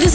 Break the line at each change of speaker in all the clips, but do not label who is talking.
this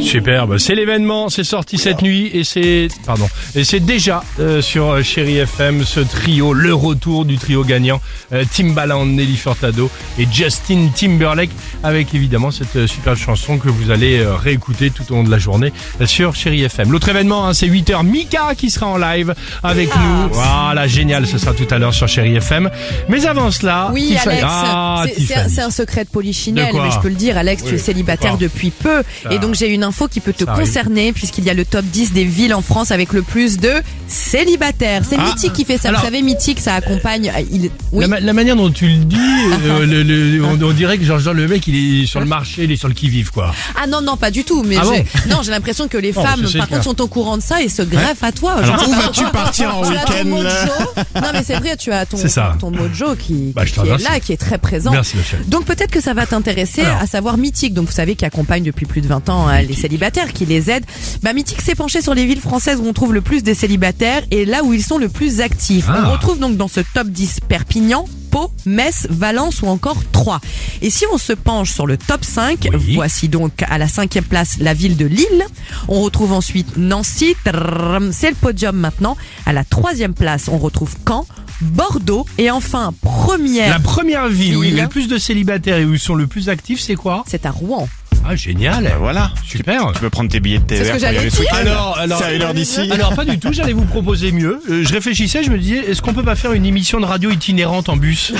Superbe, bah, c'est l'événement, c'est sorti cette nuit et c'est pardon et c'est déjà euh, sur euh, Chéri FM ce trio, le retour du trio gagnant euh, Timbaland, Nelly Furtado et Justin Timberlake avec évidemment cette euh, superbe chanson que vous allez euh, réécouter tout au long de la journée euh, sur Chéri FM. L'autre événement, hein, c'est 8h Mika qui sera en live avec nous. Voilà, génial, ce sera tout à l'heure sur Chéri FM. Mais avant cela,
Oui,
Tiffany-
Alex,
Ah,
c'est- c'est un-
Tiffany.
c'est un, secret de
De
polichinelle,
quoi
mais je peux le dire, Alex, tu
Oui,
es célibataire
d'accord.
depuis peu,
Ça-
et donc j'ai une info qui peut te
ça arrive.
concerner, puisqu'il y a le top 10 des villes en France avec le plus de célibataires. C'est
Ah.
Mythique qui fait ça,
Alors-
vous savez, Mythique, ça accompagne... euh, Il... Oui,
La, ma- la manière dont tu le dis, euh, le- le- on, on dirait que Georges le mec, il est sur le marché, il est sur le qui-vive, quoi.
ah non, non, pas du tout, mais
Ah
j'ai- non, j'ai l'impression que les
Non,
femmes,
je sais
par
bien.
contre, sont au courant de ça et se greffent à toi.
Alors,
Genre,
où
tu-
vas-tu partir en
tu as ton
week-end, là
mojo. Non, mais c'est vrai, tu as ton,
C'est ça.
ton mojo qui,
Bah, je te
qui est
remercie.
là, qui est très présent.
Merci, Michel.
Donc peut-être que ça va t'intéresser
Alors.
à savoir Mythique, donc vous savez qui accompagne depuis plus de 20 ans hein, les célibataires, qui les aide. Bah, Mythique s'est penché sur les villes françaises où on trouve le plus des célibataires et là où ils sont le plus actifs.
Ah.
On retrouve donc dans ce top 10 Perpignan, Pau, Metz, Valence ou encore Troyes. Et si on se penche sur le top 5,
Oui.
voici donc à la cinquième place la ville de Lille. On retrouve ensuite Nancy, trrrrm, c'est le podium maintenant. À la troisième place, on retrouve Caen, Bordeaux et enfin première.
La première ville où il y
Ville.
a le plus de célibataires et où ils sont le plus actifs, c'est quoi
C'est à Rouen.
Ah, génial.
Voilà.
Super.
Tu peux prendre tes billets de
C'est ce
TER
que
pour y
j'allais
aller ce
dire.
week-end.
Alors, alors,
C'est à une heure d'ici.
Alors, pas du tout, j'allais vous proposer mieux. Euh, je réfléchissais, je me disais, est-ce qu'on peut pas faire une émission de radio itinérante en bus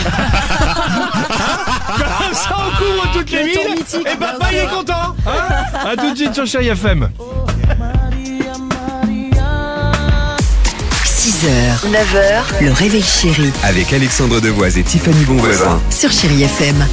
Comme ça, on couvre toutes les
Le temps
villes.
mythique, bien
et papa, il est
sûr.
content. Hein à tout de suite sur Chéri FM.
6h, 9h, le réveil chéri
Avec Alexandre Devoise et Tiffany Bonvoisin.
sur Chérie FM.